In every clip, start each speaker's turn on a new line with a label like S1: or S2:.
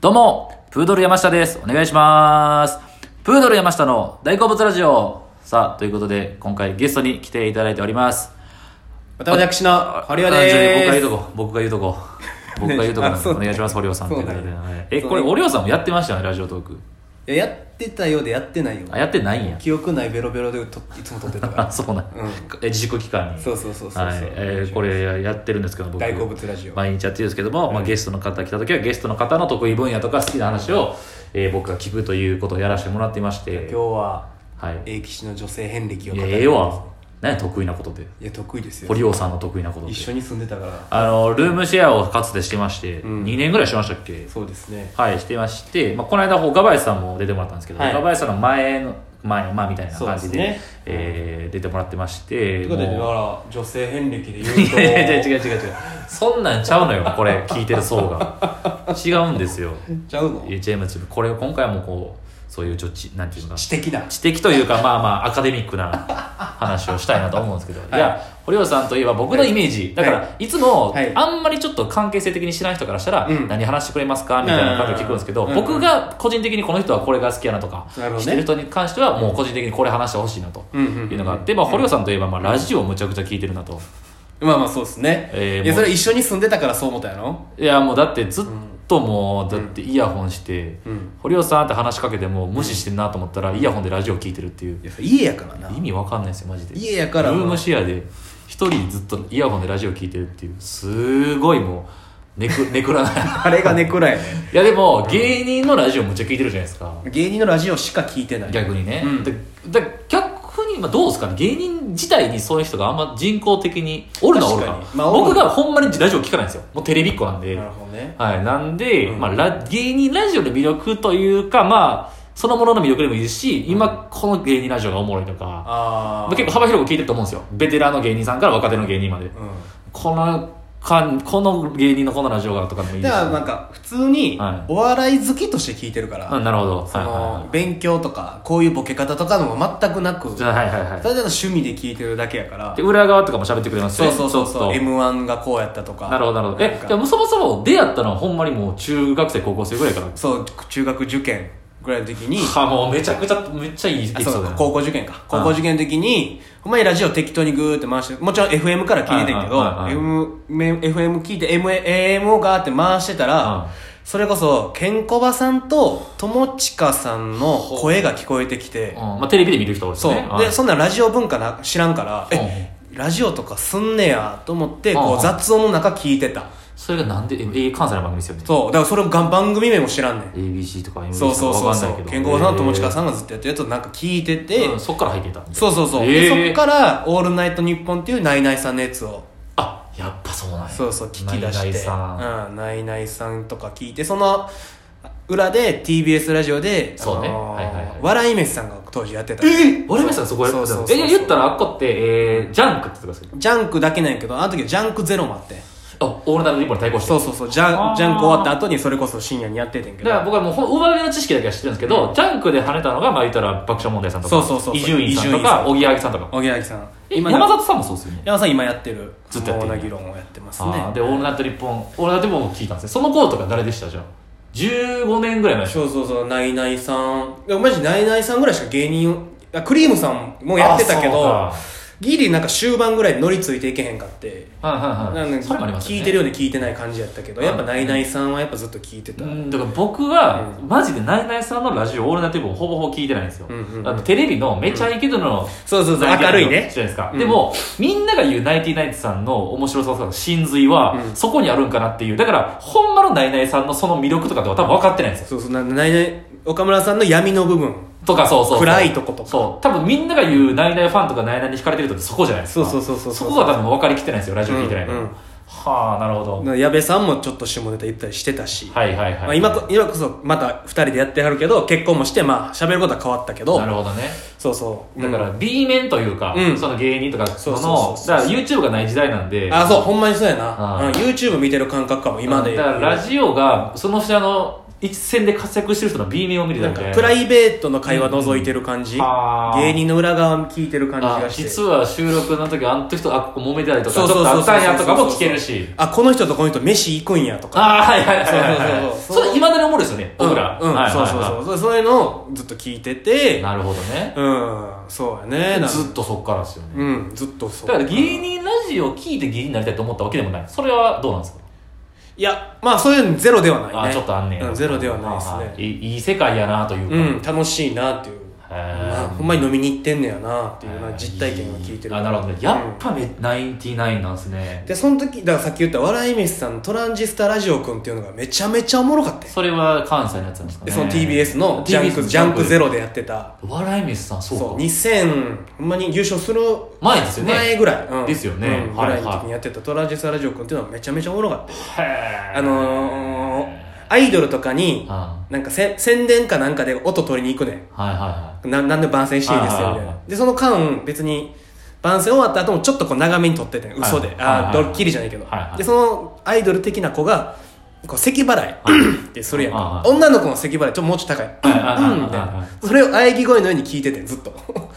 S1: どうも、プードル山下です。お願いします。プードル山下の大好物ラジオ。さあ、ということで、今回ゲストに来ていただいております。
S2: また私の堀尾
S1: あ
S2: で
S1: ち
S2: ーす。
S1: ょ僕が言う とこ、僕が言うとこ。僕が言うとこなんで
S2: あそう
S1: お願いします、堀尾さん。ということで
S2: そうなんや
S1: え、これ、
S2: そう
S1: 堀尾さんもやってましたよね、ラジオトーク。
S2: いややってたようでやってないよ。
S1: あ、やってないんや。
S2: 記憶ないベロベロでといつも撮ってたか
S1: あ、そうなんや
S2: うん
S1: え、自粛期間
S2: ら。
S1: に。
S2: そうそうそうそうそう。
S1: はい、えーこれやってるんですけど僕
S2: 大好物ラジオ
S1: 毎日やってるんですけども、まあ、ゲストの方来た時はゲストの方の得意分野とか好きな話を、えー僕が聞くということをやらせてもらっていまして
S2: 今日は
S1: はい
S2: 英騎士の女性遍歴を
S1: い
S2: 語
S1: や
S2: る
S1: ええわ何や得意なことで
S2: いや得意ですよ。
S1: 堀尾さんの得意なことで
S2: 一緒に住んでたから。
S1: あのルームシェアをかつてしてまして、
S2: ん
S1: 2年ぐらいしましたっけ
S2: そうですね。
S1: はいしてまして、まあ、この間岡林さんも出てもらったんですけど、
S2: はい
S1: 岡林さんの前の前のまあみたいな感じで
S2: そうですね
S1: えー出てもらってまして
S2: ということで
S1: も
S2: だ
S1: う
S2: から女性遍歴で言う
S1: い
S2: と。
S1: やいや違う違う違う違うそんなんちゃうのよこれ聞いてる層が 違うんですよ
S2: ちゃうの
S1: い。や違いますこれ今回はもうこうそういうちょっちなんていうのか
S2: 知的な。
S1: 知的というかまあまあアカデミックな話をしたいなと思うんですけど、い、や堀尾さんといえば僕のイメージ、だから、、
S2: はい
S1: つも、
S2: はい
S1: あんまりちょっと関係性的に知らない人からしたら、
S2: うん
S1: 何話してくれますかみたいな感じで聞くんですけど、
S2: うん
S1: 僕が個人的にこの人はこれが好きやなとか
S2: なるほどね
S1: してる人に関してはもう個人的にこれ話してほしいなと
S2: うんうんうん
S1: いうのがあって、まあ、堀尾さんといえば、まあ、ラジオをむちゃくちゃ聞いてるなと。
S2: まあまあそうですね。
S1: えー
S2: いや
S1: も
S2: そうれ一緒に住んでたからそう思ったやろ。
S1: いやもうだってずっともうだってイヤホンして、
S2: うん
S1: 堀尾さんって話しかけても無視してんなと思ったらイヤホンでラジオ聞いてるっていう
S2: いやそれ家やからな。
S1: 意味わかんないですよマジで
S2: 家やから
S1: ル
S2: まあ
S1: ームシェアで一人ずっとイヤホンでラジオ聞いてるっていうすごいもうネク ネクラない
S2: あれがネクラやね。
S1: いやでも芸人のラジオむっちゃ聞いてるじゃないですか
S2: 芸人のラジオしか聞いてない。
S1: 逆にね、
S2: うん
S1: でで逆に、まあ、どうですかね芸人自体にそういう人があんま人工的におるのはおるか
S2: 確かにまあおる
S1: 僕がほんまにラジオ聞かないんですよもうテレビっ子なんで
S2: なるほどね。
S1: はい、なんで、
S2: うん
S1: まあ、ラ芸人ラジオの魅力というか、まあ、そのものの魅力でもいいし、今この芸人ラジオがおもろいとか、
S2: あ
S1: ま
S2: あ
S1: あ、。結構幅広く聞いてると思うんですよ。ベテランの芸人さんから若手の芸人まで。
S2: うん。
S1: この間、この芸人のこのラジオがとかでもいいし。
S2: だからなんか普通に
S1: はい
S2: お笑い好きとして聞いてるから、
S1: うんなるほど。
S2: そ
S1: はい
S2: の、
S1: は
S2: 勉強とかこういうボケ方とかのも全くなく
S1: いはい。はいはいはい
S2: た。だの趣味で聞いてるだけやから
S1: で、裏側とかも喋ってくれますよ
S2: そう
S1: ね。
S2: そうそう
S1: ちょ
S2: そう
S1: っと
S2: m 1がこうやったとか
S1: なるほど、なるほど。
S2: なん
S1: え
S2: か、
S1: でもそもそも出会ったのはほんまにもう中学生、高校生ぐらいから。
S2: そう中学受験ぐらいの時に
S1: は、もうめちゃくちゃ、めっちゃいいエ
S2: あ
S1: ピソ
S2: そ
S1: ード
S2: う
S1: だな
S2: 高校受験か高校受験の時にほんまにラジオ適当にグーって回してもちろん FM から聞いててんけど
S1: はいはいはい
S2: M- FM 聞いて M- AM をガーって回してた
S1: うん
S2: らそれこそケンコバさんと友近さんの声が聞こえてきて
S1: うんまあ、テレビで見る人多いです
S2: そう
S1: ね。はい
S2: でそんなんラジオ文化な知らんからえラジオとかすんねやと思って
S1: う
S2: こ
S1: ん
S2: う雑音の中聞いてた
S1: それがなんで、ええ関西の番組ですよね。
S2: そうだからそれが番組名も知らんねん
S1: ABC とか MBC
S2: そう
S1: と
S2: そう
S1: か
S2: そう
S1: わかん
S2: そ
S1: ないけ
S2: う
S1: ど。
S2: ケンコバさんと友近
S1: ん
S2: さんがずっとやってるやつをなんか聞いてて
S1: そっから入ってたんで
S2: そうそうそう、で
S1: へー
S2: そっから「オールナイトニッポン」っていうナイナイさんのやつを
S1: あ、やっぱそうなんや。
S2: そうそう聞き出し
S1: ナイナ
S2: て
S1: イさ
S2: うん、ナイナイさんとか聞いてその裏で TBS ラジオで、
S1: そうね
S2: あのー
S1: はいはいはい
S2: 笑い飯さんが当時やってた
S1: ん。俺目さんそこやって
S2: そ
S1: た
S2: うそう
S1: の
S2: そう
S1: え、言ったらあっこって、えー、ジャンクって言ってたんです
S2: ジャンクだけなんやけどあの時ジャンクゼロもあって
S1: けど。あ、オールナイトニッポンに対抗して
S2: そう
S1: る。
S2: そうそうジャ
S1: あー
S2: ンジャンク終わった後にそれこそ深夜にやっててんけ
S1: だから
S2: ど
S1: 僕はもうほん、上辺の知識だけは知ってるんですけど、ジャンクで跳ねたのが、まあ言ったら爆笑問題さんと
S2: そ
S1: か
S2: うそうそう、
S1: 伊集院さんと
S2: 伊集院さ
S1: か、
S2: ん
S1: 小木上さんとか。
S2: 小木崎さん
S1: え
S2: 今
S1: 山里さんもそうですよね。
S2: 山さん今やってる
S1: ずっとやってる
S2: 無謀な議論をやってますね
S1: あーで、オールナイトニッポン、オールナイトニッポンも聞いたんですね。その頃とか誰でしたじゃあ。15年ぐらい前でしょ
S2: そうそうそうナイナイさんいやマジナイナイさんぐらいしか芸人あクリームさんもやってたけ
S1: あ
S2: ど
S1: そ
S2: ギリなんか終盤ぐらいに乗りついていけへんかって
S1: はいは
S2: ないん
S1: は
S2: か
S1: い。それもありますよね。
S2: 聞いてるようで聞いてない感じやったけど
S1: うん
S2: やっぱナイナイさんはやっぱずっと聞いてた
S1: うんだから僕は、マジでナイナイさんのラジオ「オールナイトニッポン」ほぼほぼ聞いてないんですよ、
S2: うんうんうん
S1: あのテレビの「めちゃイケド」の、
S2: そうそうそう明るいね
S1: じゃないですか、
S2: うん
S1: でもみんなが言うナインティナインさんの面白さとか真髄は、
S2: うん
S1: そこにあるんかなっていうだからほんまのナイナイさんのその魅力とかって多分分かってないんですよ
S2: そうそうなナイナイ岡村さんの闇の部分
S1: とかそうそうそう
S2: 暗いとことか
S1: そう多分みんなが言うナイナイファンとかナイナイに惹かれてる人ってそこじゃないですか
S2: そうそうそうそう
S1: そ
S2: そう
S1: こが多分分かりきってないんですよラジオ聞いてないから、
S2: うんうん
S1: はあなるほど、
S2: な矢部さんもちょっと下ネタ言ったりしてたし
S1: はいはいはい、
S2: まあ今こ今こそまた2人でやってはるけど結婚もしてまあ喋ることは変わったけど
S1: なるほどね
S2: そうそう
S1: だか
S2: う
S1: ら B 面というか、
S2: うん
S1: その芸人とかそ
S2: そう
S1: の
S2: そうそうそう
S1: だから YouTube がない時代なんで
S2: んあそうほんまにそうや
S1: う
S2: なんうん YouTube 見てる感覚かも今で
S1: だからラジオがその下の一線で活躍してる人の B 面を見る
S2: な
S1: だ
S2: ん
S1: け
S2: か
S1: で
S2: プライベートの会話覗いてる感じ、
S1: うんあー
S2: 芸人の裏側聞いてる感じ
S1: あ
S2: がして
S1: 実は収録の時あの時とあここ揉めてたりとかちょっとあったんやとかも聞けるし
S2: あこの人とこの人飯行くんやとか
S1: ああはいはいはいはいはいそ
S2: そ
S1: う
S2: そうそうそう
S1: れいまだに思うんですよね僕ら
S2: うん、うん
S1: はいはい
S2: そ
S1: は
S2: う
S1: い
S2: そうそうそうそういうのをずっと聞いてて
S1: なるほどね
S2: うんそうやねなん
S1: ずっとそっからですよね
S2: うんずっとそう
S1: だから芸人ラジオを聞いて芸人になりたいと思ったわけでもないそれはどうなんですか
S2: いやまあそういうのゼロではないね
S1: あちょっとあんね
S2: うんん、ゼロではないですね、
S1: ああいいいい世界やなというか
S2: うん楽しいなっていう
S1: へ
S2: まあ
S1: ー
S2: ほんまに飲みに行ってんねやなっていうのは実体験を聞いてる
S1: あなるほどねやっぱめ、ナインティナインなんですね
S2: でその時だからさっき言った笑い飯さんのトランジスタラジオくんっていうのがめちゃめちゃおもろかったよ
S1: それは関西のやつなんですか
S2: で
S1: ね
S2: その TBS のジャンク
S1: TBS
S2: ジャンクゼロでやってた
S1: 笑い飯さんそうか
S2: そう2000ほんまに優勝する
S1: 前ですよね
S2: 前ぐらい、うん
S1: ですよね
S2: うんぐ
S1: はいは
S2: ら
S1: い
S2: いの時にやってたトランジスタラジオくんっていうのはめちゃめちゃおもろかったよ
S1: へー
S2: あのーアイドルとかに
S1: あ
S2: なんかせ宣伝かなんかで音取りに行くねん
S1: はいはいは
S2: ななんで番宣していいですよ
S1: はいはい
S2: みたい
S1: はい
S2: なでその間別に番宣終わった後もちょっとこう長めに撮ってて嘘で、
S1: はいはい
S2: あ
S1: は
S2: あ
S1: いはい
S2: ドッキリじゃないけど、
S1: はいはい
S2: でそのアイドル的な子がこう咳払い、ってするやんか、
S1: はいはい
S2: 女の子の咳払いちょっともうちょっと高い、
S1: はいはいはいはいはい
S2: うんみたいなそれを喘ぎ声のように聞いててずっと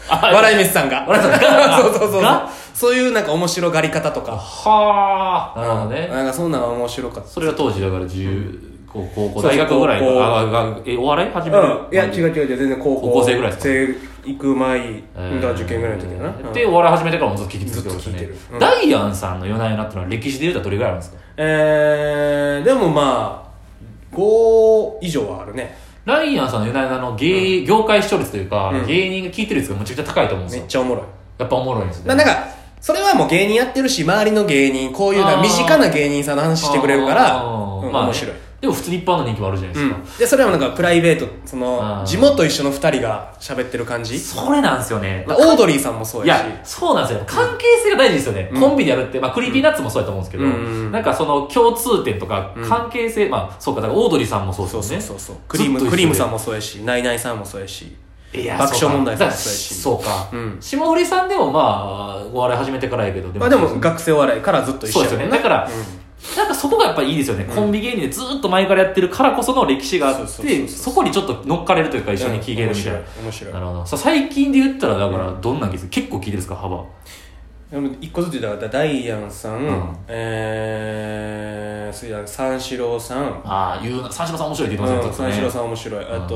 S1: あ
S2: 笑い飯さんが そうそうそうそう
S1: が
S2: そういうなんか面白がり方とか
S1: いはあなるほどね
S2: なんかそんなの面白かった
S1: それは当時だから10高校
S2: そう
S1: 大学ぐらい
S2: 高校
S1: のあがえお笑い始める
S2: うん、いや違う違う違う全然高校
S1: 高校生ぐらいですか
S2: 生行く前
S1: えー
S2: だから受験ぐらいの時だな、うん
S1: でお笑い始めてからもずっと聞き続けてました
S2: ず
S1: ね
S2: っと聞いてるうん
S1: ダイアンさんの夜な夜なってのは歴史で言うたらどれぐらいあるんですか
S2: えー、でもまあ5以上はあるね
S1: ダイアンさんの夜な夜なの芸、業界視聴率というか、
S2: うん
S1: 芸人が聞いてる率がむちゃくちゃ高いと思うんです
S2: め
S1: よ
S2: っちゃおもろい、
S1: やっぱおもろいんですね
S2: まあ、なんかそれはもう芸人やってるし周りの芸人こういうの
S1: あ
S2: は
S1: ー
S2: 身近な芸人さんの話してくれるから、
S1: あー
S2: うん
S1: まあね
S2: 面白い、
S1: でも普通に一般の人気もあるじゃないで
S2: う
S1: すか、
S2: ん、でそれはなんかプライベートそ
S1: あ
S2: の
S1: ー
S2: 地元一緒の2人が喋ってる感じ
S1: それなんですよね
S2: オードリーさんもそう
S1: い
S2: やし
S1: やそうなんですよ関係性が大事ですよね、
S2: うん
S1: コンビでやるって、まあ、クリーピーナッツもそうやと思うんですけど、
S2: うん
S1: なんかその共通点とか
S2: うん
S1: 関係性、まあそうかだからオードリーさんもそうです
S2: そ
S1: よ
S2: う
S1: ね
S2: そうそうそうクリ
S1: ず
S2: ー
S1: っと一緒
S2: ム
S1: で
S2: クリームさんもそうやしナイナイさんもそうやし
S1: いや
S2: 爆笑問題
S1: そうん
S2: さ
S1: か
S2: もそうやし
S1: そうか、
S2: うん
S1: 霜降りさんでもまあお笑い始めてからやけどで
S2: まあでも学生お笑いからずっと一
S1: そ
S2: 緒
S1: う
S2: や
S1: です
S2: も
S1: よ
S2: ん
S1: ねだから、なんかそこがやっぱいいですよね、コンビ芸人でずっと前からやってるからこその歴史があっ
S2: そうそうそうそ
S1: て
S2: う
S1: そこにちょっと乗っかれるというか一緒に聞いてるみたいな、
S2: うん面白い面白い
S1: なるほどさあ最近で言ったらだからどんなんです結構聞いてるんですか幅
S2: でも一個ずつ言ったらダイアンさん、
S1: うん
S2: えー、それや三四郎さん、
S1: ああ言うな三四郎さん面白いって
S2: う
S1: 言ってま
S2: ん、
S1: したね
S2: 三四郎さ
S1: ん
S2: ん面白い、
S1: ん
S2: あ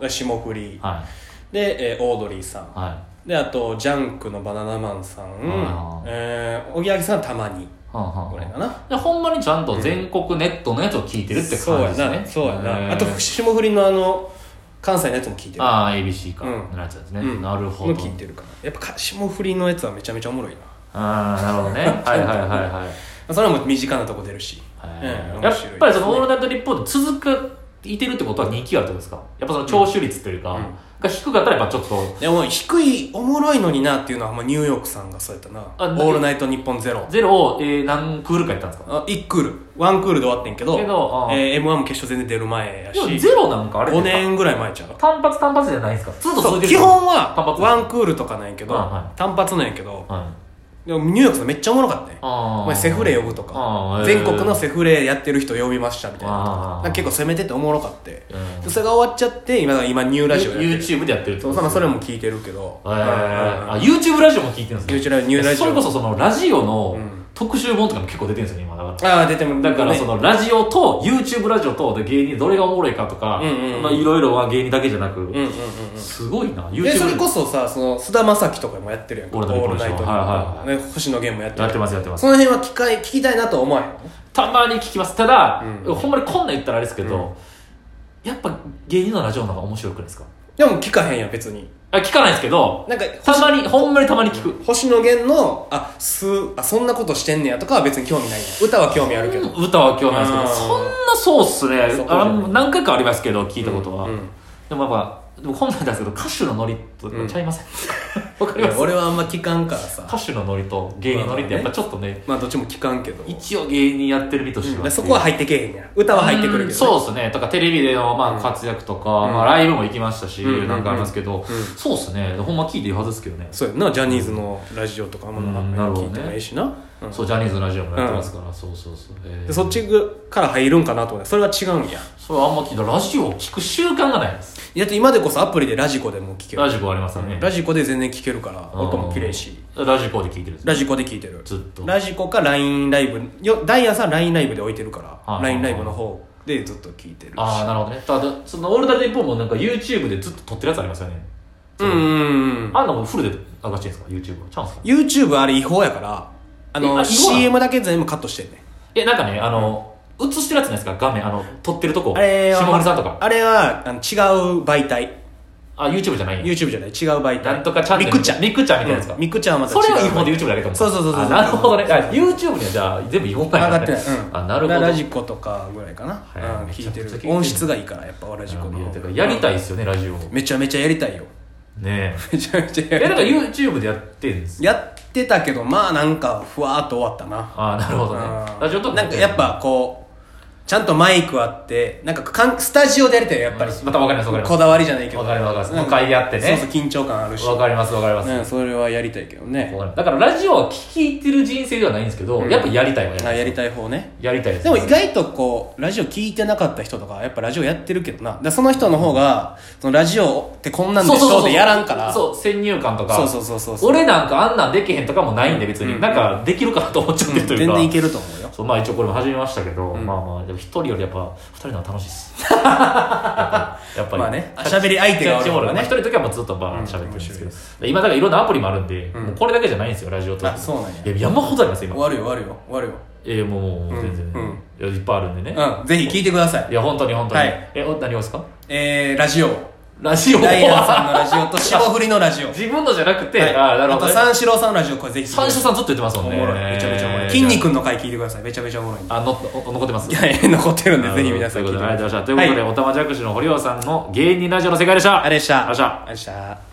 S2: と霜降り
S1: は
S2: で、えーオードリーさん
S1: いは
S2: であとジャンクのバナナマンさん、
S1: ん
S2: えー、おぎやはぎさんたまに
S1: いはんはん
S2: これかな、
S1: でほんまにちゃんと全国ネットのやつを聞いてるって
S2: そう
S1: 感
S2: や
S1: じです
S2: な
S1: ね
S2: そうや
S1: へ
S2: な
S1: ー
S2: あと霜降りのあの関西のやつも聞いてる
S1: ああ ABC か
S2: うん
S1: のやつですね
S2: うん
S1: なるほど
S2: も聞いてるからやっぱか霜降りのやつはめちゃめちゃおもろいな
S1: ああな るほどねはいはいはいはい
S2: それも身近なとこ出るし、
S1: え
S2: う
S1: ー
S2: ん
S1: や
S2: 面
S1: っ
S2: 白い
S1: ぱりその「オールナイトニッポン」で続くいてるってことは人気があるってことですかやっぱその聴取率というか、
S2: うん
S1: が低かったらやっぱちょっと
S2: でも低いおもろいのになっていうのはもうニューヨークさんがそうやったな「
S1: あ
S2: オールナイトニッポンゼロ
S1: ゼロを、えー何クールかやったんですか
S2: あ1クール1クールで終わってんけど
S1: けどあー
S2: えー、m 1も決勝全然出る前やし
S1: でもゼロなんかあれ
S2: 5年ぐらい前ちゃう
S1: 単発単発じゃないですかずっと続いてる
S2: 基本は
S1: 単発
S2: 1クールとかなんやけど、
S1: はいは
S2: 単発なんやけど
S1: はい
S2: でもニューヨークさんめっちゃおもろかったね
S1: あ
S2: お前セフレ呼ぶと
S1: あー
S2: か
S1: えー
S2: 全国のセフレやってる人呼びましたみたいなのと
S1: あ
S2: か
S1: ー
S2: なんか結構攻めてておもろかって
S1: うん
S2: でそれが終わっちゃって今今ニューラジオやってる
S1: YouTube でやってるって
S2: そう
S1: です
S2: そ
S1: ね
S2: うそれも聞いてるけど、
S1: え
S2: うんうん
S1: ー、
S2: うん
S1: あ YouTube ラジオも聞いてるんですね
S2: YouTube ラジオニューラジオ
S1: それこそそのラジオの
S2: うん
S1: 特集本とかも結構出てるんですよね今だから
S2: ああ出ても
S1: だから
S2: ね
S1: そのラジオと YouTube ラジオとで芸人どれがおもろいかとか
S2: うんうんうん
S1: まあいろいろは芸人だけじゃなく、
S2: うんうんうん
S1: すごいな
S2: うん
S1: YouTube
S2: でそれこそさその菅田将暉とかもやってるやんか
S1: オールナイトニッポンでしょ
S2: オールナイトニッポン
S1: は
S2: ね星野源もやってる
S1: やってますやってます
S2: その辺は聞かい聞きたいなとは思わへんの
S1: たまに聞きますただ、
S2: うん
S1: ほんまにこんなん言ったらあれですけど、やっぱ芸人のラジオの方が面白くないですか
S2: でも聞かへんやん別に
S1: あ聞かないですけど
S2: なんか
S1: たまにほんまにたまに聞く、
S2: 星野源のあすあそんなことしてんねやとかは別に興味ないやん歌は興味あるけど、
S1: うん歌は興味ないですけどそ
S2: あー
S1: んなそうっすね
S2: そこじゃ
S1: あ
S2: ない
S1: 何回かありますけど聞いたことは、
S2: うんうん
S1: でもやっぱでも本来ですけど歌手のノリとやっぱちゃい ません、わかります
S2: 俺はあんま聞かんからさ
S1: 歌手のノリと芸人のノリってやっぱちょっとね
S2: まあどっちも聞かんけど
S1: 一応芸人やってる身としては、
S2: そこは入ってけえへんやん歌は入ってくるけどね、
S1: そうですねとかテレビでのまあ活躍とか、まあ、ライブも行きましたし、
S2: うん
S1: なんかありますけど、
S2: うん
S1: そうですねほんま聞いてるはずですけどね
S2: そうやんなジャニーズのラジオとかも
S1: うん
S2: な
S1: なるほど
S2: 聞
S1: ね
S2: いてもええしな、うん
S1: そうジャニーズのラジオもやってますから、そうそうそう、え
S2: でそっちぐから入るんかなと思ってそれは違うんや
S1: それあんま聞いたラジオを聞く習慣がないです
S2: だって今でこそアプリでラジコでも聞ける
S1: ラジコありますよね
S2: ラジコで全然聞けるから
S1: うん
S2: 音も綺麗し
S1: ラジコで聞いてるんです
S2: ラジコで聞いてる
S1: ずっと
S2: ラジコか LINE ライブよダイアンさん LINE ライブで置いてるか
S1: いはいは
S2: ら
S1: い
S2: LINE ライブの方でずっと聞いてる
S1: ああなるほどねただそのオールナイトニッポンもなんか YouTube でずっと撮ってるやつありますよね
S2: うんうんうん
S1: あんなもんフルで上がってるんですか YouTube はチャンスか
S2: YouTube あれ違法やからあ
S1: えあ違法な
S2: の
S1: の
S2: CM だけ全部カットしてんね
S1: えなんかねあの、映してるやつないですか画面あの撮ってるとこ
S2: あれは
S1: 下丸さんとか
S2: あれはあの違う媒体
S1: あ YouTube じゃないんや
S2: YouTube じゃない違う媒体
S1: なんとかチャンネル
S2: ミクチャ
S1: ミクチャみたいなやつか
S2: うんミクチャはまた
S1: そ
S2: 違う
S1: れは違法で YouTube で上げたもん
S2: そうそうそうそう
S1: あなるほどねあ YouTube にはじゃあ全部違法
S2: 上
S1: なんや
S2: が
S1: ね
S2: ってない、うん
S1: あなるほど
S2: ラジコとかぐらいかな、
S1: い
S2: うん
S1: めち
S2: 聞
S1: ゃ
S2: い
S1: くち
S2: て
S1: ゃ聞い
S2: る
S1: てる
S2: 音質がいいからやっぱラジコの
S1: いやてか
S2: 方
S1: やりたい
S2: い
S1: ですよねラジオね
S2: めちゃめちゃやりたいよ
S1: え
S2: めちゃめちゃや
S1: え
S2: り
S1: なん
S2: た
S1: か
S2: い
S1: YouTube でやってんです
S2: やってたけどまあなんかふわーっと終わったな
S1: ああなるほどね
S2: うん
S1: ラジオと
S2: なんかやっぱこうちゃんとマイクあってなんかかんスタジオでやりたいよやっぱり、
S1: うんまたわかりますわかります
S2: こだわりじゃないけど
S1: わかりますわかります
S2: なん
S1: 向かい合ってね
S2: そうそう緊張感あるし
S1: わかりますわかります
S2: うん、それはやりたいけどね
S1: わかりますだからラジオは聞いてる人生ではないんですけど、やっぱやりたいはやり
S2: あ
S1: たい
S2: やりたい方ね
S1: やりたいです
S2: でも意外とこうラジオ聞いてなかった人とかやっぱラジオやってるけどなだからその人の方がそのラジオってこんなんで
S1: そう
S2: し
S1: そうそう
S2: ょっ
S1: そう
S2: てやらんから
S1: そう先入観とか
S2: そうそうそうそうそう
S1: 俺なんかあんなんできへんとかもないんで別に、なんかできるかなと思っちゃってると
S2: 全
S1: いうか、
S2: 然いけると思うよ
S1: そうまあ一応これも始めましたけど、まあまあでも一人よりやっぱ二人の方が楽しいっす やっぱり
S2: まあね喋り相手が
S1: キャ
S2: お
S1: ッチ
S2: る
S1: ボー
S2: か
S1: ル
S2: ら
S1: まあ一
S2: ね
S1: 人の時はもうずっとバーン喋ってるんですけど、今だからいろんなアプリもあるんで、もうこれだけじゃないんですよラジオと
S2: あそうなんや
S1: いや山ほどあります今
S2: 終わるよ終わるよ終わるよ
S1: ええもうもうもう全然、
S2: うん
S1: いやいっぱいあるんでね、
S2: うん、ぜひ聞いてくださ
S1: い
S2: い。
S1: や本当に本当に、
S2: はい
S1: えお何をですか
S2: えー、ラジオ。
S1: ラジオ
S2: ダイアンさんの
S1: は
S2: ラジオと霜降りのラジオ。
S1: 自分のじゃなくて、
S2: はい
S1: ああなるほど、
S2: あ
S1: ね
S2: と、三四郎さんのラジオ、これぜひ聞いてく
S1: 三者
S2: ださ
S1: さんずっと言ってますも
S2: い。
S1: ん
S2: お
S1: ね
S2: もろい。めちゃめちゃおもろい。筋
S1: 筋肉
S2: 肉の回聞いてください。めちゃめちゃおもろいんで。
S1: あのお残ってます
S2: いやいや、残ってるんで、 ぜひ皆さん
S1: と
S2: 聞
S1: いうこと
S2: いてく
S1: でありがとうござい
S2: だ
S1: ま
S2: さ
S1: し
S2: い。
S1: たということで、おたまじゃくしの堀尾さんの芸人ラジオの世界でした
S2: あれでした。
S1: ありがとうございました
S2: あれでした。